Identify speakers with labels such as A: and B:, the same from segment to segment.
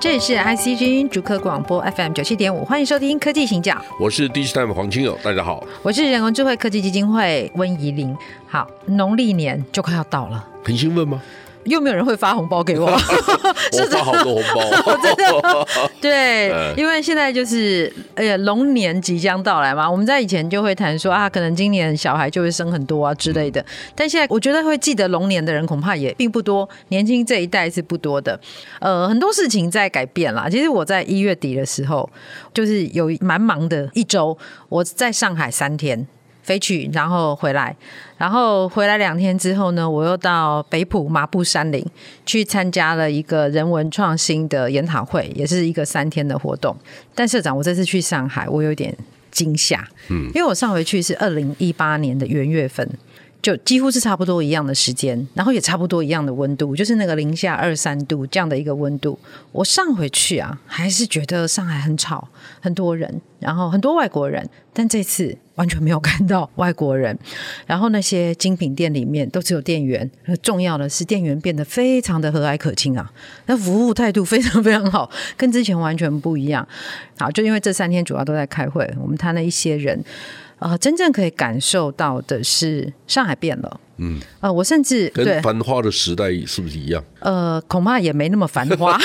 A: 这里是 IC 之音逐客广播 FM 九七点五，欢迎收听科技行脚，
B: 我是 Digitime 黄清友，大家好。
A: 我是人工智慧科技基金会温怡玲。好，农历年就快要到了，
B: 很兴奋吗？
A: 又没有人会发红包给我，
B: 我
A: 是
B: 发
A: 的，
B: 好多红 包，
A: 真的对
B: 呃，
A: 因为现在就是哎呀，龙年即将到来嘛，我们在以前就会谈说啊，可能今年小孩就会生很多啊之类的，但现在我觉得会记得龙年的人恐怕也并不多，年轻这一代是不多的。呃，很多事情在改变啦。其实我在一月底的时候，就是有蛮忙的一周，我在上海三天。飞去，然后回来，然后回来两天之后呢，我又到北浦麻布山林去参加了一个人文创新的研讨会，也是一个三天的活动。但社长，我这次去上海，我有点惊吓，嗯，因为我上回去是二零一八年的元月份。就几乎是差不多一样的时间，然后也差不多一样的温度，就是那个零下二三度这样的一个温度。我上回去啊，还是觉得上海很吵，很多人，然后很多外国人，但这次完全没有看到外国人。然后那些精品店里面都只有店员，而重要的是店员变得非常的和蔼可亲啊，那服务态度非常非常好，跟之前完全不一样。好，就因为这三天主要都在开会，我们谈了一些人，呃，真正可以感受到的是上海变了。嗯，呃，我甚至对
B: 跟繁花的时代是不是一样？
A: 呃，恐怕也没那么繁华。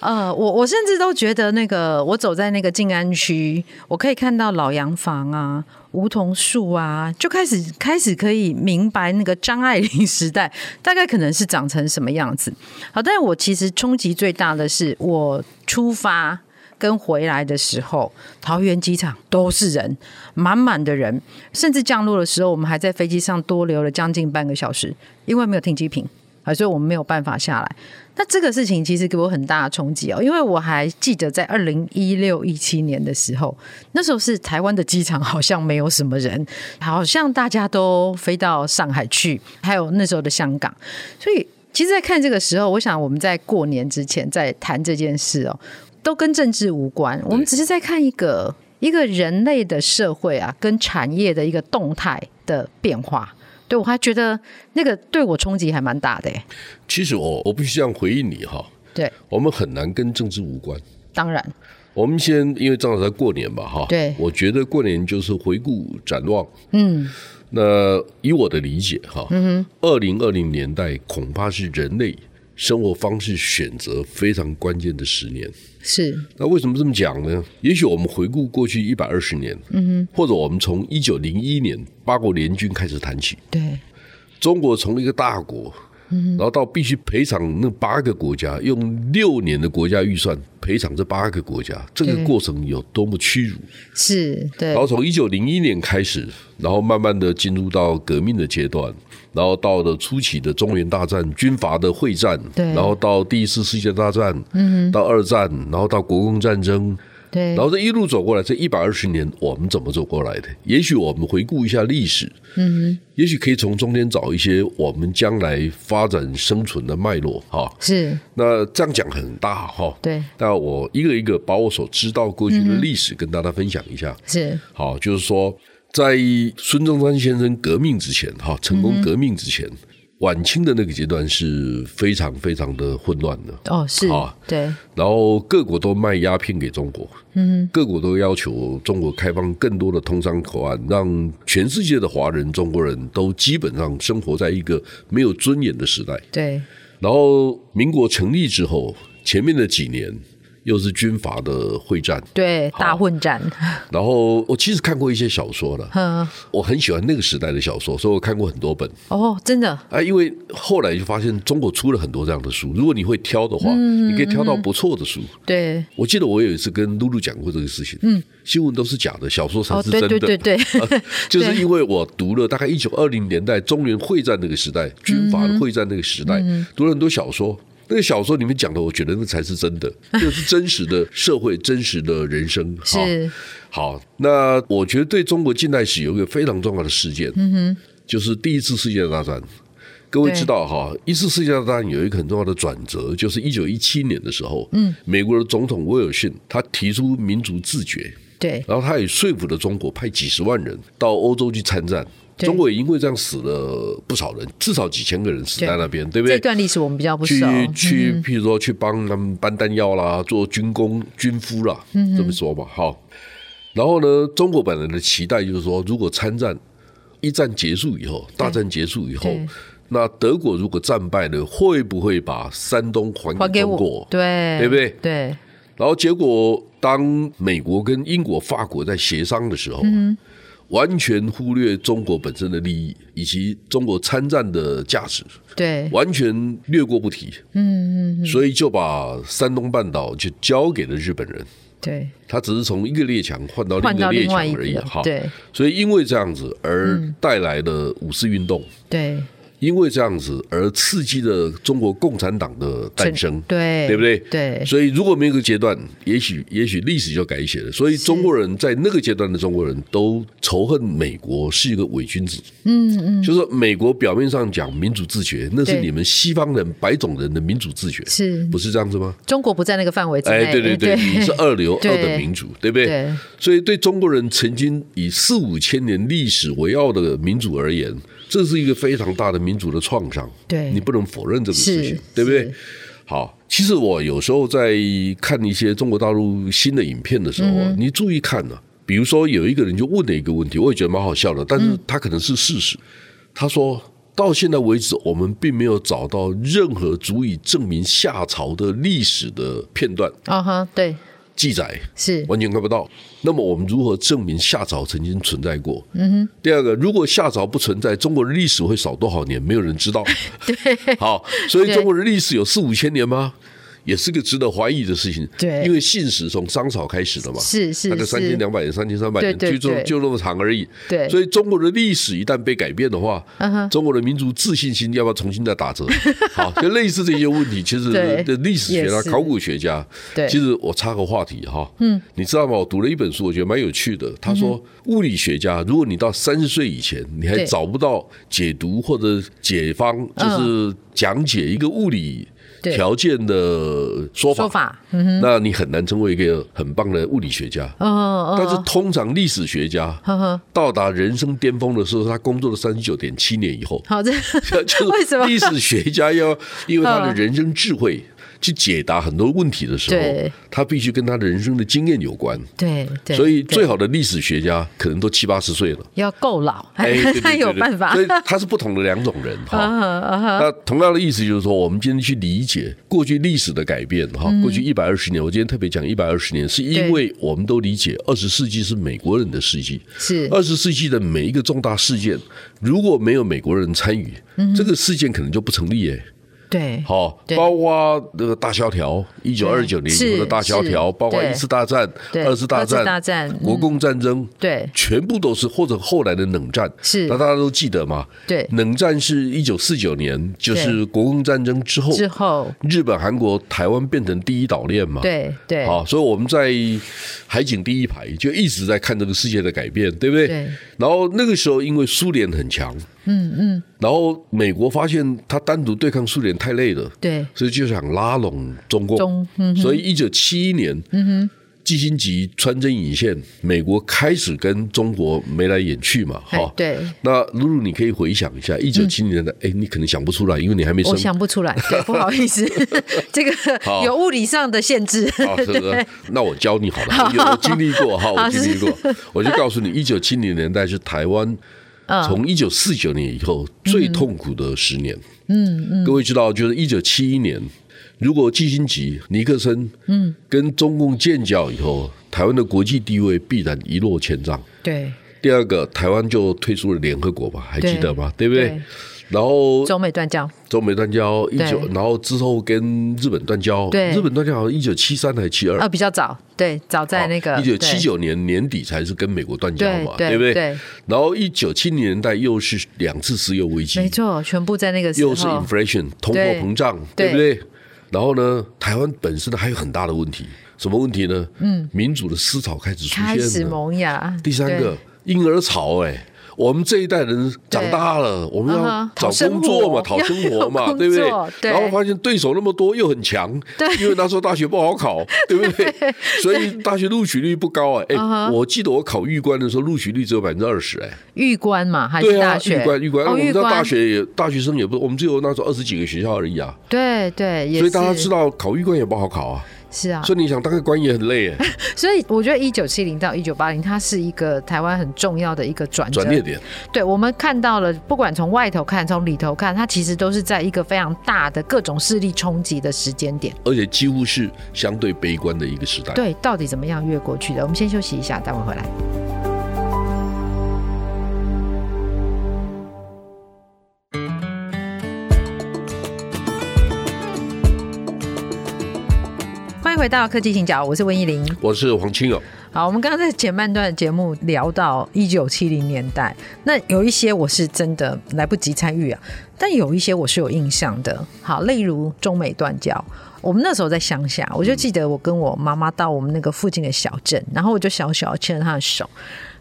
A: 呃，我我甚至都觉得那个，我走在那个静安区，我可以看到老洋房啊、梧桐树啊，就开始开始可以明白那个张爱玲时代大概可能是长成什么样子。好，但我其实冲击最大的是我出发。跟回来的时候，桃园机场都是人，满满的人，甚至降落的时候，我们还在飞机上多留了将近半个小时，因为没有停机坪，啊，所以我们没有办法下来。那这个事情其实给我很大的冲击哦，因为我还记得在二零一六一七年的时候，那时候是台湾的机场好像没有什么人，好像大家都飞到上海去，还有那时候的香港，所以。其实，在看这个时候，我想我们在过年之前在谈这件事哦，都跟政治无关，我们只是在看一个一个人类的社会啊，跟产业的一个动态的变化。对我还觉得那个对我冲击还蛮大的耶。
B: 其实我我必须这样回应你哈，
A: 对，
B: 我们很难跟政治无关。
A: 当然，
B: 我们先因为正好在过年嘛哈，
A: 对
B: 我觉得过年就是回顾展望。
A: 嗯，
B: 那以我的理解哈，二零二零年代恐怕是人类生活方式选择非常关键的十年。
A: 是
B: 那为什么这么讲呢？也许我们回顾过去一百二十年，嗯或者我们从一九零一年八国联军开始谈起，
A: 对，
B: 中国从一个大国，嗯，然后到必须赔偿那八个国家，用六年的国家预算赔偿这八个国家，这个
A: 对
B: 过程有多么屈辱。
A: 是，对
B: 然，后从一九零一年开始，然后慢慢的进入到革命的阶段，然后到了初期的中原大战、军阀的会战，
A: 对
B: 然后到第一次世界大战，嗯，到二战，然后到国共战争，
A: 对
B: 然，后这一路走过来，这一百二十年我们怎么走过来的？也许我们回顾一下历史，嗯，也许可以从中间找一些我们将来发展生存的脉络哈。
A: 是，
B: 那这样讲很大哈，
A: 对，
B: 那我一个一个把我所知道过去的历史跟大家分享一下。
A: 是，
B: 好，就是说，在孙中山先生革命之前，哈，成功革命之前，晚清的那个阶段是非常非常的混乱的。
A: 哦，是
B: 好，
A: 对，
B: 然后各国都卖鸦片给中国，嗯，各国都要求中国开放更多的通商口岸，让全世界的华人、中国人都基本上生活在一个没有尊严的时代。
A: 对，
B: 然后民国成立之后，前面的几年又是军阀的会战，
A: 对，
B: 好
A: 大混战，
B: 然后我其实看过一些小说了，
A: 嗯，
B: 我很喜欢那个时代的小说，所以我看过很多本
A: 哦，真的，
B: 啊。因为后来就发现中国出了很多这样的书，如果你会挑的话，你可以挑到不错的书。
A: 对，
B: 我记得我有一次跟露露讲过这个事情，嗯，新闻都是假的，小说才
A: 哦，
B: 是真
A: 对
B: 的。啊
A: 对对对，
B: 就是因为我读了大概一
A: 嗯
B: 九二零年代中原会战那个时代，军阀的会战那个时代，读了很多小说。那个小说里面讲的，我觉得那才是真的，那是真实的社会，真实的人生。哈
A: 是
B: 好，那我觉得对中国近代史有一个非常重要的事件，嗯哼，就是第一次世界大战。各位
A: 对
B: 知道哈，一次世界大战有一个很重要的转折，就是一九一七年的时候，嗯，美国的总统威尔逊他提出民族自决，
A: 对
B: 然后他也说服了中国派几十万人到欧洲去参战。
A: 对
B: 中国也因为这样死了不少人，至少几千个人死在那边，对不对
A: 这？段历史我们比较不熟嗯
B: 去，去，譬如说去帮他们搬弹药啦，做军工、军夫啦，
A: 嗯
B: 这么说吧，好。然后呢，中国本来的期待就是说，如果参战一战结束以后，大战结束以后
A: 对，
B: 那德国如果战败了，会不会把山东还
A: 还
B: 给
A: 给
B: 中
A: 我
B: 国，？
A: 对
B: 对不对
A: 对，
B: 然后结果，当美国跟英国、法国在协商的时候，
A: 嗯
B: 完全忽略中国本身的利益以及中国参战的价值，
A: 对，
B: 完全略过不提。嗯嗯，所以就把山东半岛就交给了日本人，
A: 对，
B: 他只是从一个列强换到另
A: 换
B: 一
A: 到
B: 个列
A: 另
B: 强
A: 外一
B: 而已。啊
A: 个
B: 哈，，
A: 对嗯
B: 所以因为这样子而带来了五四运动，
A: 对，
B: 因为这样子而刺激了中国共产党的诞生。
A: 对，
B: 对不对
A: 对，
B: 所以如果没有一个阶段，也许也许历史就改写了。所以中国人在那个阶段的中国人都仇恨美国是一个伪君子。嗯嗯，就是美国表面上讲民主自觉，那是
A: 对
B: 你们西方人白种人的民主自觉，
A: 是
B: 不是这样子吗？
A: 中国不在那个范围之内，
B: 哎，对对 对，你是二流
A: 对
B: 二等民主，对不对？
A: 对
B: 所以对中国人曾经以四五千年历史为傲的民主而言，这是一个非常大的民主的创伤。
A: 对
B: 你不能否认这个事情
A: 是，
B: 对不对
A: 是？
B: 好，其实我有时候在看一些中国大陆新的影片的时候
A: 嗯
B: 啊，你注意看呢、比如说有一个人就问了一个问题，我也觉得蛮好笑的，但
A: 嗯
B: 是他可能是事实。他说到现在为止，我们并没有找到任何足以证明夏朝的历史的片段
A: 啊哈，对，
B: 记载，
A: 是
B: 完全看不到。那么我们如何证明夏朝曾经存在过？嗯哼。第二个，如果夏朝不存在，中国的历史会少多少年？没有人知道。对。好，所以
A: 对
B: 中国的历史有四五千年吗？也是个值得怀疑的事情。
A: 对
B: 因为信史从商朝开始的嘛，
A: 是是
B: 大概
A: 是
B: 三千两百年、三千三百年，
A: 对对
B: 就这么
A: 对
B: 就那么长而已。
A: 对
B: 所以中国的历史一旦被改变的话
A: 嗯哼，
B: 中国的民族自信心要不要重新再打 折？好，就类似这些问题，其实
A: 对
B: 的历史学
A: 也
B: 家、
A: 是
B: 考古学家，
A: 对
B: 其实我插个话题哈，嗯，你知道吗？我读了一本书，我觉得蛮有趣的。他说，物理学家，如果你到三十岁以前，你还
A: 嗯对
B: 找不到解读或者解方，就是讲解一个物理
A: 嗯对
B: 条件的说
A: 说
B: 法，
A: 法，嗯
B: 那你很难成为一个很棒的物理学家。
A: 嗯嗯，
B: 但是通常历史学家
A: 呵呵，
B: 到达人生巅峰的时候，他工作了三十九点七年以 后，
A: 好，这
B: 就是
A: 为什么
B: 历史学家要因为他的
A: 嗯
B: 人生智慧去解答很多问题的时
A: 对
B: 候，他必须跟他的人生的经验有关。
A: 对对，
B: 所以
A: 对
B: 最好的历史学家可能都七八十岁了，
A: 要够老，
B: 哎，对对
A: 才
B: 对
A: 有
B: 对
A: 办法
B: 所。以他是不同的两种人哈。
A: 嗯嗯
B: 那同样的意思就是说，我们今天去理解过去历史的改变哈，
A: 嗯
B: 过去一百二十年，我今天特别讲一百二十年，是因为我们都理解二十世纪是美国人的世纪，
A: 是
B: 二十世纪的每一个重大事件，如果没有美国人参与，这个事件可能就不成立耶。
A: 对，
B: 好，
A: 嗯对
B: 包括那个大萧条，一九二九年以后的大萧条，
A: 是
B: 包括
A: 对
B: 一次大战、
A: 对
B: 二次大
A: 二
B: 战、
A: 次大战嗯
B: 国共战争，
A: 对
B: 全部都是或者后来的冷战。
A: 是
B: 那大家都记得嘛？
A: 对
B: 冷战是一九四九年，就
A: 对
B: 是国共战争之后，
A: 之后
B: 日本、韩国、台湾变成第一岛链嘛。。
A: 对对
B: 好，所以我们在海景第一排就一直在看这个世界的改变，对不对？
A: 对
B: 然后那个时候，因为苏联很强，嗯嗯，然后美国发现他单独对抗苏联太累了，
A: 对
B: 所以就想拉拢中共。
A: 中嗯
B: 所以一九七一年，嗯哼，基辛吉穿针引线，美国开始跟中国眉来眼去嘛，
A: 哎
B: 哈。
A: 对，嗯
B: 那露露，你可以回想一下一九七零年代，哎、你可能想不出来，因为你还没生
A: 我。想不出来， 对，不好意思， 这个
B: 好
A: 有物理上的限制，
B: 啊，是不是？那我教你好了，有我经历过哈，我经历过，我就告诉你，一九七零年代是台湾从一九四九年以后最痛苦的十年。嗯嗯，各位知道，就是一九七一年，如果基辛吉、尼克森，嗯，跟中共建交以后，台湾的国际地位必然一落千丈。
A: 对
B: 第二个，台湾就退出了联合国吧，还记得吗？对不对
A: 对？
B: 然后
A: 中美断交，
B: 中美断交一九，
A: 对
B: 然后之后跟日本断交，
A: 对
B: 日本断交好像一九七三还是七二
A: 呃，比较早，对，早在那个
B: 一九七，九年年底才是跟美国断交嘛，
A: 对对
B: 不对？
A: 对
B: 然后一九七零年代又是两次石油危
A: 对没
B: 机，
A: 错，全部在那个时
B: 又是
A: 候，
B: inflation 通货
A: 对
B: 膨胀，
A: 对
B: 不对？然后呢，台湾本身呢还有很大的问题，什么问题呢？嗯，民主的思潮开始出现了。
A: 开始萌芽。
B: 第三个婴儿潮、哎，我们这一代人长大了，我
A: 嗯
B: 们要
A: 哼
B: 找
A: 讨生
B: 工作嘛，
A: 活
B: 讨生 活
A: 要
B: 嘛，
A: 有
B: 对不对
A: 工作？对
B: 然后发现对手那么多，又很强，因为那时候大学不 好考，对不对？所以大学录取率不高啊。哎、
A: 嗯
B: 我记得我考预官的时候，录取率只有百分之二十，哎，
A: 玉官嘛，还
B: 对
A: 是
B: 啊
A: 大，学？
B: 预官预官，
A: 哦，
B: 我们
A: 玉
B: 知道
A: 官。
B: 大学也大学生也不，我们只有那时候二十几个学校而已啊，
A: 对对，也
B: 所
A: 是
B: 以大家知道考预官也不好考啊，
A: 是啊，
B: 所以你想当个官也很累 哎，
A: 所以我觉得一九七零到一九八零，它是一个台湾很重要的一个转折
B: 转捩点，
A: 对，我们看到了，不管从外头看，从里头看，它其实都是在一个非常大的各种势力冲击的时间点。
B: 而且几乎是相对悲观的一个时代。
A: 对，到底怎么样越过去的？我们先休息一下，待会回来。欢迎回到科技请讲，我是温依玲。
B: 我是黄清友，
A: 好，我们刚刚在前半段的节目聊到一九七零年代，那有一些我是真的来不及参与啊，但有一些我是有印象的。好，例如中美断交，我们那时候在乡下，我就记得我跟我妈妈到我们那个附近的小镇，然后我就小小地牵着她的手。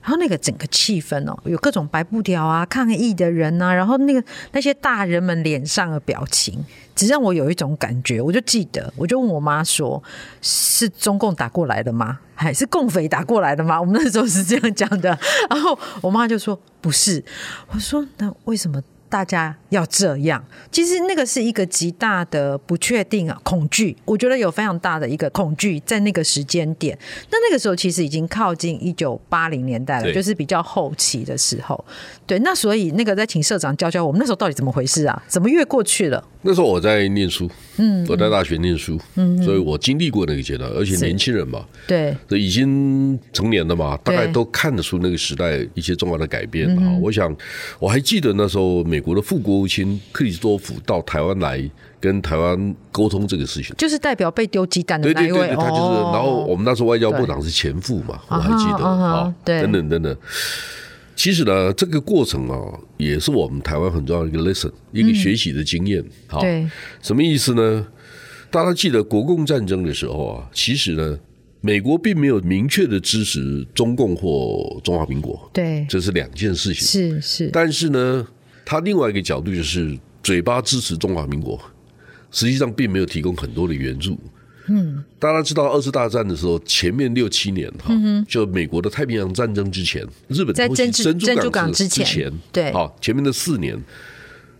A: 然后那个整个气氛哦，有各种白布条啊、抗议的人啊，然后那个那些大人们脸上的表情，只让我有一种感觉，我就记得，我就问我妈说：“是中共打过来的吗？还是共匪打过来的吗？”我们那时候是这样讲的，然后我妈就说：“不是。”我说：“那为什么？”大家要这样，其实那个是一个极大的不确定啊，恐惧。我觉得有非常大的一个恐惧在那个时间点。那那个时候其实已经靠近一九八零年代了，
B: 对
A: 就是比较后期的时候。对，那所以那个在请社长教教我们那时候到底怎么回事啊？怎么越过去了？
B: 那时候我在念书，嗯，我在大学念书，嗯，所以我经历过那个阶段，而且
A: 是
B: 年轻人嘛，
A: 对，
B: 这已经成年了嘛，大
A: 对嗯
B: 概都看得出那个时代一些重要的改变啊。我想我还记得那时候美国的副国务卿克里斯多夫到台湾来跟台湾沟通这个事情。
A: 就是代表被丢鸡蛋的
B: 对
A: 那
B: 对
A: 一
B: 对
A: 位
B: 对，他就是，
A: 哦
B: 然后我们那时候外交部长是前副嘛，我还记得
A: 啊哈啊
B: 啊
A: 哈，对
B: 等等等等。其实呢，这个过程啊，也是我们台湾很重要的一个 lesson，一个学习的经验。哦好，
A: 嗯对
B: 什么意思呢？大家记得国共战争的时候啊，其实呢，美国并没有明确的支持中共或中华民国，
A: 对，
B: 这是两件事情。
A: 是是，
B: 但是呢，他另外一个角度就是嘴巴支持中华民国，实际上并没有提供很多的援助。嗯，大家知道二次大战的时候，前面六七年哈，就美国的太平洋战争之前，日本
A: 在
B: 偷袭
A: 珍珠珍珠
B: 珠
A: 港
B: 港
A: 之前
B: 前，
A: 对
B: 好，前面的四年，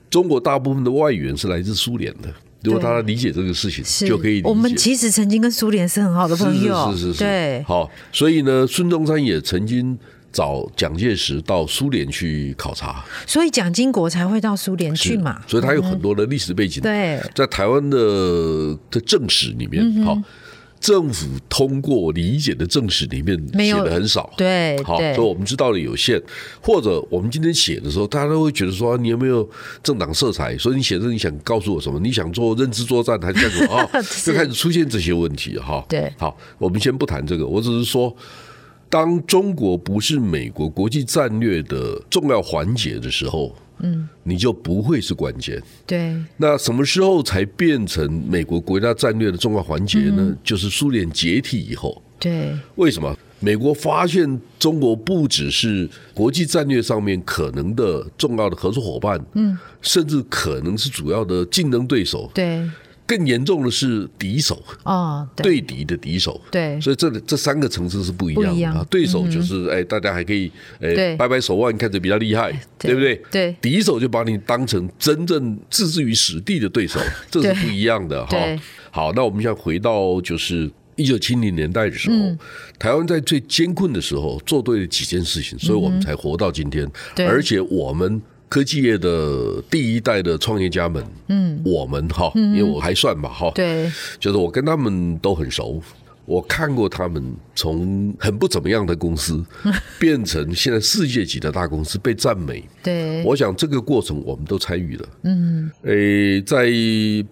B: 中国大部分的外援是来自苏联的。如果
A: 对
B: 大家理解这个事情，
A: 是
B: 就可以理解。
A: 我们其实曾经跟苏联是很好的朋友，
B: 是是是是是，
A: 对，
B: 好，所以呢，孙中山也曾经找蒋介石到苏联去考察，
A: 所以蒋经国才会到苏联去嘛。嗯
B: 所以它有很多的历史背景。
A: 对嗯
B: 在台湾的的正史里面，好、政府通过理解的正史里面
A: 没
B: 写
A: 有
B: 的很少。。
A: 对
B: 好，
A: 对
B: 所以，我们知道的有限，或者我们今天写的时候，大家都会觉得说、啊你有没有政党色彩？所以你写这，你想告诉我什么？你想做认知作战还是干什么啊？
A: 是
B: 就开始出现这些问题哈。
A: 对
B: 好，我们先不谈这个，我只是说，当中国不是美国国际战略的重要环节的时候，嗯，你就不会是关键。
A: 对
B: 那什么时候才变成美国国家战略的重要环节呢？
A: 嗯
B: 就是苏联解体以后。
A: 对
B: 为什么？美国发现中国不只是国际战略上面可能的重要的合作伙伴，嗯，甚至可能是主要的竞争对手，
A: 对，
B: 更严重的是敌手，
A: 哦，对
B: 对敌的敌手。
A: 对
B: 所以这这三个层次是不一样
A: 不一
B: 的
A: 样嗯
B: 啊。对手就是哎，大家还可以
A: 对
B: 哎掰掰手腕，看着比较厉害，
A: 对
B: 对不对？
A: 对
B: 敌手就把你当成真正置之于死地的对手，这是不一样的哈
A: 对。
B: 好，那我们现在回到就是。一九七零年代的时候，
A: 嗯
B: 台湾在最艰困的时候做对了几件事情，所以我们才活到今天。
A: 嗯对
B: 而且我们科技业的第一代的创业家们，嗯，我们哈，因为我还算吧哈，
A: 对
B: 就是我跟他们都很熟，我看过他们从很不怎么样的公 司变成现在世界级的大公司被赞美。
A: 对，
B: 我想这个过程我们都参与了。嗯，诶，在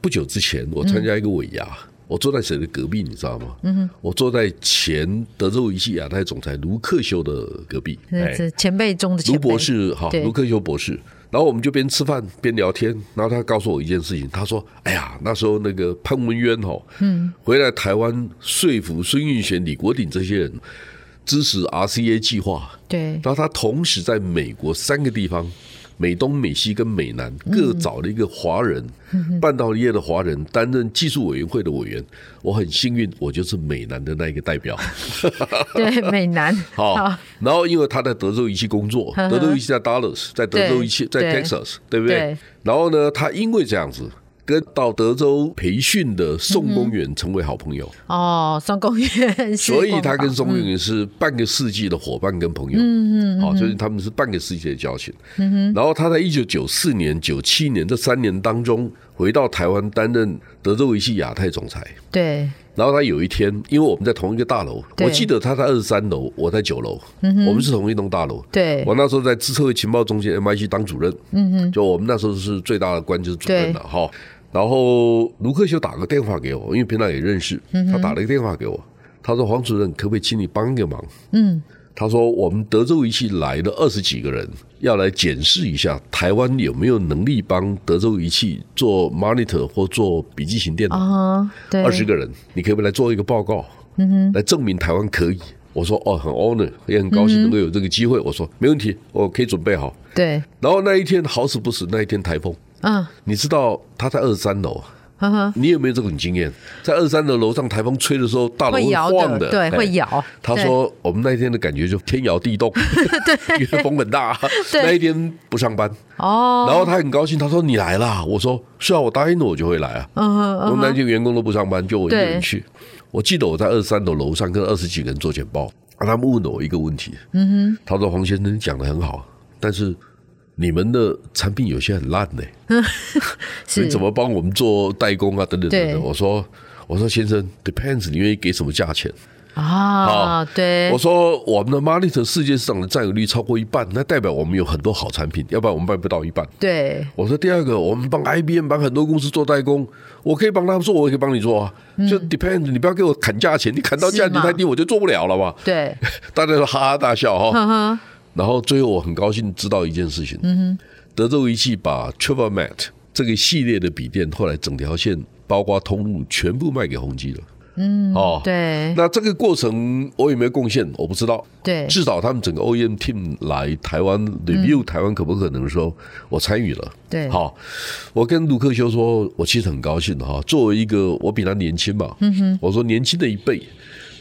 B: 不久之前，我参加一个尾牙。我坐在谁的隔壁，你知道吗？嗯，我坐在前德州仪器亚太总裁卢克修的隔壁。
A: 那
B: 哎
A: 这前辈中的前
B: 卢
A: 辈
B: 博士，好，
A: 对
B: 卢克修博士，然后我们就边吃饭边聊天，然后他告诉我一件事情，他说：“哎呀，那时候那个潘文渊哦，嗯，回来台湾说服孙运璇、李国鼎这些人支持 RCA 计划，
A: 对
B: 然，后他同时在美国三个地方，美东、美西跟美南各找了一个华人，
A: 嗯
B: 半导体业的华人担任技术委员会的委员。我很幸运，我就是美南的那一个代表。
A: 对，美男，
B: 好，然后因为他在德州仪器工作，
A: 呵呵
B: 德州仪器在 Dallas，在德州仪器
A: 对
B: 在
A: 对
B: Texas，对不对？
A: 对
B: 然后呢，他因为这样子。跟到德州培训的宋公园成为好朋友，
A: 哦，双公园，
B: 所以他跟
A: 宋
B: 宋公园是半个世纪的伙伴跟朋友，嗯嗯，好，所以他们是半个世纪的交情。嗯然后他在一九九四年、九七年这三年当中，回到台湾担任德州仪器亚太总裁。
A: 对
B: 然后他有一天，因为我们在同一个大楼，
A: 对
B: 我记得他在二十三楼，我在九楼，我们是同一栋大楼。
A: 对
B: 我那时候在社会情报中心 MIC 当主任，嗯哼，就我们那时候是最大的官就是主任了哈。然后卢克修打个电话给我，因为平常也认识，他打了一个电话给我，他说黄主任可不可以请你帮个忙？
A: 嗯，
B: 他说我们德州仪器来了二十几个人，要来检视一下台湾有没有能力帮德州仪器做 monitor 或做笔记型电脑。
A: 啊，对，
B: 二十个人，你可不可以来做一个报告，
A: 嗯
B: 来证明台湾可以？我说哦，很 honor，也很高兴能够有这个机
A: 嗯
B: 会。我说没问题，我可以准备好。
A: 对，
B: 然后那一天好死不死，那一天台风，
A: 嗯，
B: 你知道他在二十三楼，
A: 呵呵，
B: 你有没有这种经验？在二十三楼楼上台风吹的时候，大楼
A: 会摇
B: 晃的，
A: 对，
B: 哎
A: 会。摇。
B: 他
A: 对
B: 说：“我们那一天的感觉就天摇 地动，因为风很大。
A: 对
B: 那一天不上班，
A: 哦，
B: 然后他很高兴，他说：‘你来啦！’我说：‘是啊，我答应了，我就会来啊。’
A: 嗯哼
B: 我
A: 嗯
B: 们那
A: 哼，
B: 些员工都不上班，就我一个
A: 对
B: 人去。我记得我在二十三楼楼上跟二十几个人做简报，啊他们问了我一个问题，嗯哼，他说黄先生你讲的很好，但是你们的产品有些很烂呢、
A: 是
B: 你怎么帮我们做代工啊？等等等
A: 对
B: 等。我说我说先生，depends 你愿意给什么价钱？
A: 啊？对
B: 我，说我们的 monitor 世界市场的占有率超过一半，那代表我们有很多好产品，要不然我们卖不到一半。
A: 对，
B: 我说第二个，我们帮 IBM 帮很多公司做代工，我可以帮他们做，我也可以帮你做啊。就 depend，你不要给我砍价钱，你砍到价
A: 是
B: 钱
A: 吗
B: 太低，我就做不了了嘛。
A: 对，
B: 大家都哈哈大笑哈。
A: 呵呵，
B: 然后最后我很高兴知道一件事情，德州仪器把 Travelmat 这个系列的笔电，后来整条线包括通路全部卖给宏基了。嗯，哦，。
A: 对
B: 那这个过程我有没有贡献？我不知道。
A: 对嗯
B: 至少他们整个 OEM team 来台湾 review 台湾可不可能的时候，我参与了。
A: 对，
B: 好，我跟卢克修说，我其实很高兴的哈，作为一个我比他年轻嘛，嗯哼，我说年轻的一辈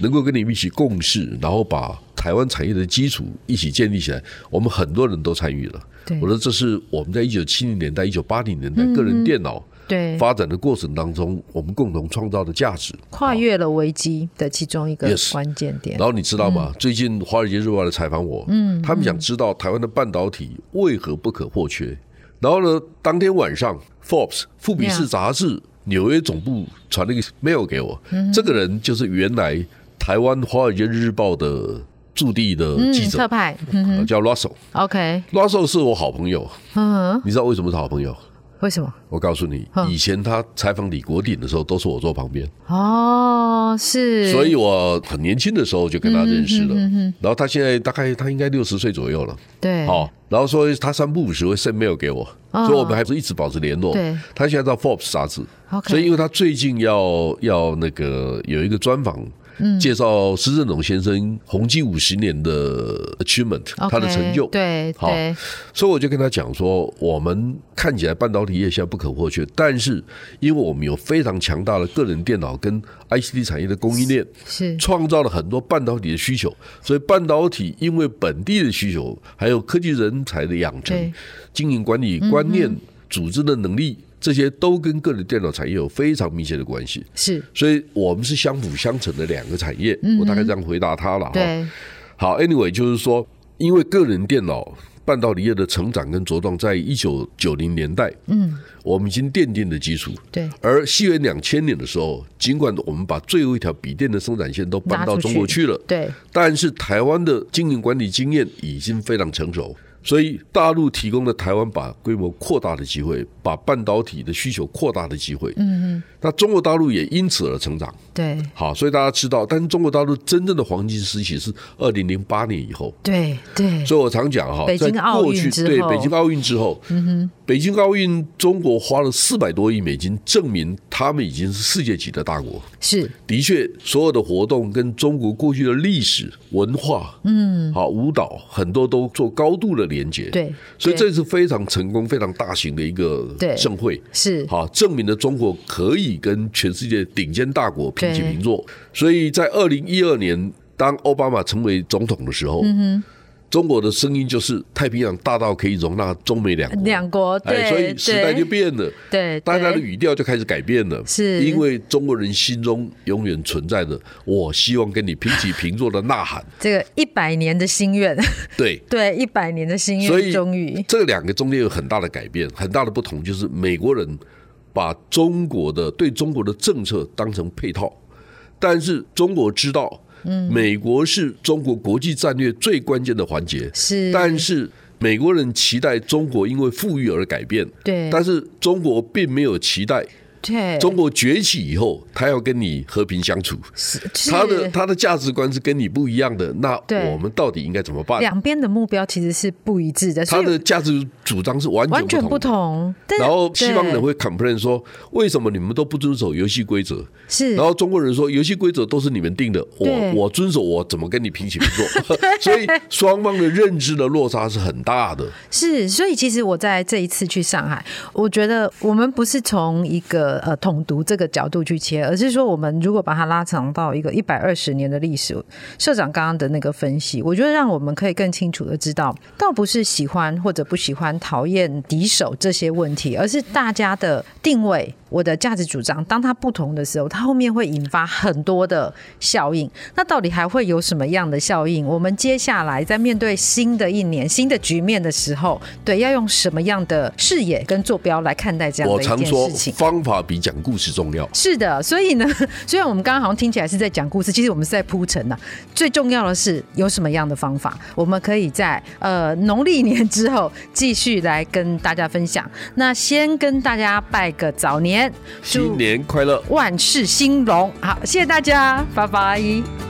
B: 能够跟你们一起共事，然后把台湾产业的基础一起建立起来，我们很多人都参与了。
A: 对嗯
B: 我说这是我们在一九七零年代、一九八零年代个人电脑
A: 对，
B: 发展的过程当中，我们共同创造的价值。
A: 跨越了危机的其中一个
B: Yes
A: 关键点
B: 然。后你知道
A: 嗯
B: 吗？最近《华尔街日报》来采访我，嗯，他们想知道台湾的半导体为何不可或缺。然后呢，当天晚上，《Forbes》富比士
A: Yeah
B: 杂志纽约总部传了一个 mail 给我，
A: 嗯
B: 这个人就是原来台湾《华尔街日报》的驻地的
A: 嗯，
B: 记
A: 特
B: 者，
A: 派，嗯
B: 呃叫 Russell。
A: ，OK，
B: Russell 是我好朋友，
A: 嗯哼，
B: 你知道为什么是好朋友？
A: 为什么？
B: 我告诉你，
A: 嗯
B: 以前他采访李国鼎的时候，都是我坐旁边。
A: 哦，是，
B: 所以我很年轻的时候就跟他认识
A: 嗯
B: 了。然后他现在大概他应该六十岁左右了，
A: 对，
B: 好，哦然后说他三不五时会 send mail 给我，
A: 哎哦
B: 所以我们还是一直保持联络
A: 对。
B: 他现在到 Forbes 杂志，
A: ，OK，
B: 所以因为他最近要要那个有一个专访。
A: 嗯
B: 介绍施正荣先生宏基五十年的 achievement，、
A: OK，
B: 他的成就。
A: 对
B: 好
A: 对
B: 所以我就跟他讲说，我们看起来半导体业现在不可或缺，但是因为我们有非常强大的个人电脑跟 ICT 产业的供应链，
A: 是，
B: 创造了很多半导体的需求，所以半导体因为本地的需求，还有科技人才的养
A: 对嗯
B: 成、经营管理观念、组织的能力，这些都跟个人电脑产业有非常密切的关系。
A: 是
B: 所以我们是相辅相成的两个产业，我大概这样回答他了哈。
A: 嗯对
B: 好，anyway，就是说，因为个人电脑半导体业的成长跟茁壮，在一九九零年代，嗯，我们已经奠定了基础。
A: 对
B: 而西元两千年的时候，尽管我们把最后一条笔电的生产线都搬到中国去了，
A: 对
B: 但是台湾的经营管理经验已经非常成熟，所以大陆提供了台湾把规模扩大的机会，把半导体的需求扩大的机会。嗯嗯。那中国大陆也因此而成长。
A: 对
B: 好，所以大家知道，但是中国大陆真正的黄金时期是二零零八年以后。
A: 对对，
B: 所以我常讲哈，
A: 北京
B: 在
A: 奥
B: 过
A: 运
B: 去
A: 之
B: 对
A: 后嗯
B: 北京奥运之后，北京奥运中国花了四百多亿美金，证明他们已经是世界级的大国。
A: 是
B: 的确，所有的活动跟中国过去的历史文化，嗯，好舞蹈很多都做高度的连接。
A: 对
B: 所以
A: 对
B: 这是非常成功、非常大型的一个
A: 对
B: 盛会。
A: 是，
B: 好，证明了中国可以跟全世界顶尖大国平起平坐。所以在二零一二年，当奥巴马成为总统的时
A: 嗯
B: 候，中国的声音就是太平洋大到可以容纳中美两国。
A: 两国对
B: 哎，所以时代就
A: 对
B: 变了，
A: 对，
B: 大家的
A: 对
B: 语调就开始改变了，
A: 是
B: 因为中国人心中永远存在着我希望跟你平起平坐的呐喊。
A: 这个一百年的心愿，
B: 对，
A: 对一百年的心
B: 所以
A: 愿，终于
B: 这两个中间有很大的改变，很大的不同就是美国人把中国的对中国的政策当成配套，但是中国知道，
A: 嗯
B: 美国是中国国际战略最关键的环节，
A: 是，
B: 但是美国人期待中国因为富裕而改变，
A: 对
B: 但是中国并没有期待
A: 对
B: 中国崛起以后，他要跟你和平相处。
A: 是
B: 他的
A: 是
B: 他的价值观是跟你不一样的，那
A: 对
B: 我们到底应该怎么办？
A: 两边的目标其实是不一致的，所
B: 他
A: 以
B: 啊的价值主张是完全
A: 完全
B: 不
A: 不
B: 同的。
A: 同。但是
B: 然后西方人
A: 对
B: 会 complain 说，为什么你们都不遵守游戏规则？
A: 是，
B: 然后中国人说，游戏规则都是你们定的，我
A: 对
B: 我遵守，我怎么跟你平起平坐？ 所以双方的认知的落差是很大的。
A: 是，所以其实我在这一次去上海，我觉得我们不是从一个呃统独这个角度去切，而是说我们如果把它拉长到一个一百二十年的历史，社长刚刚的那个分析，我觉得让我们可以更清楚的知道，倒不是喜欢或者不喜欢、讨厌、敌手这些问题，而是大家的定位。我的价值主张，当它不同的时候，它后面会引发很多的效应。那到底还会有什么样的效应？我们接下来在面对新的一年、新的局面的时候，对，要用什么样的视野跟坐标来看待这样
B: 我
A: 的一
B: 常
A: 件
B: 说
A: 事，情？
B: 方法比讲故事重要。
A: 是的，所以呢， 虽然我们刚刚好像听起来是在讲故事，其实我们是在铺陈呐、最重要的是有什么样的方法，我们可以在呃农历年之后继续来跟大家分享。那先跟大家拜个早年，祝
B: 新年快乐！
A: 万事兴隆。好，谢谢大家，拜拜。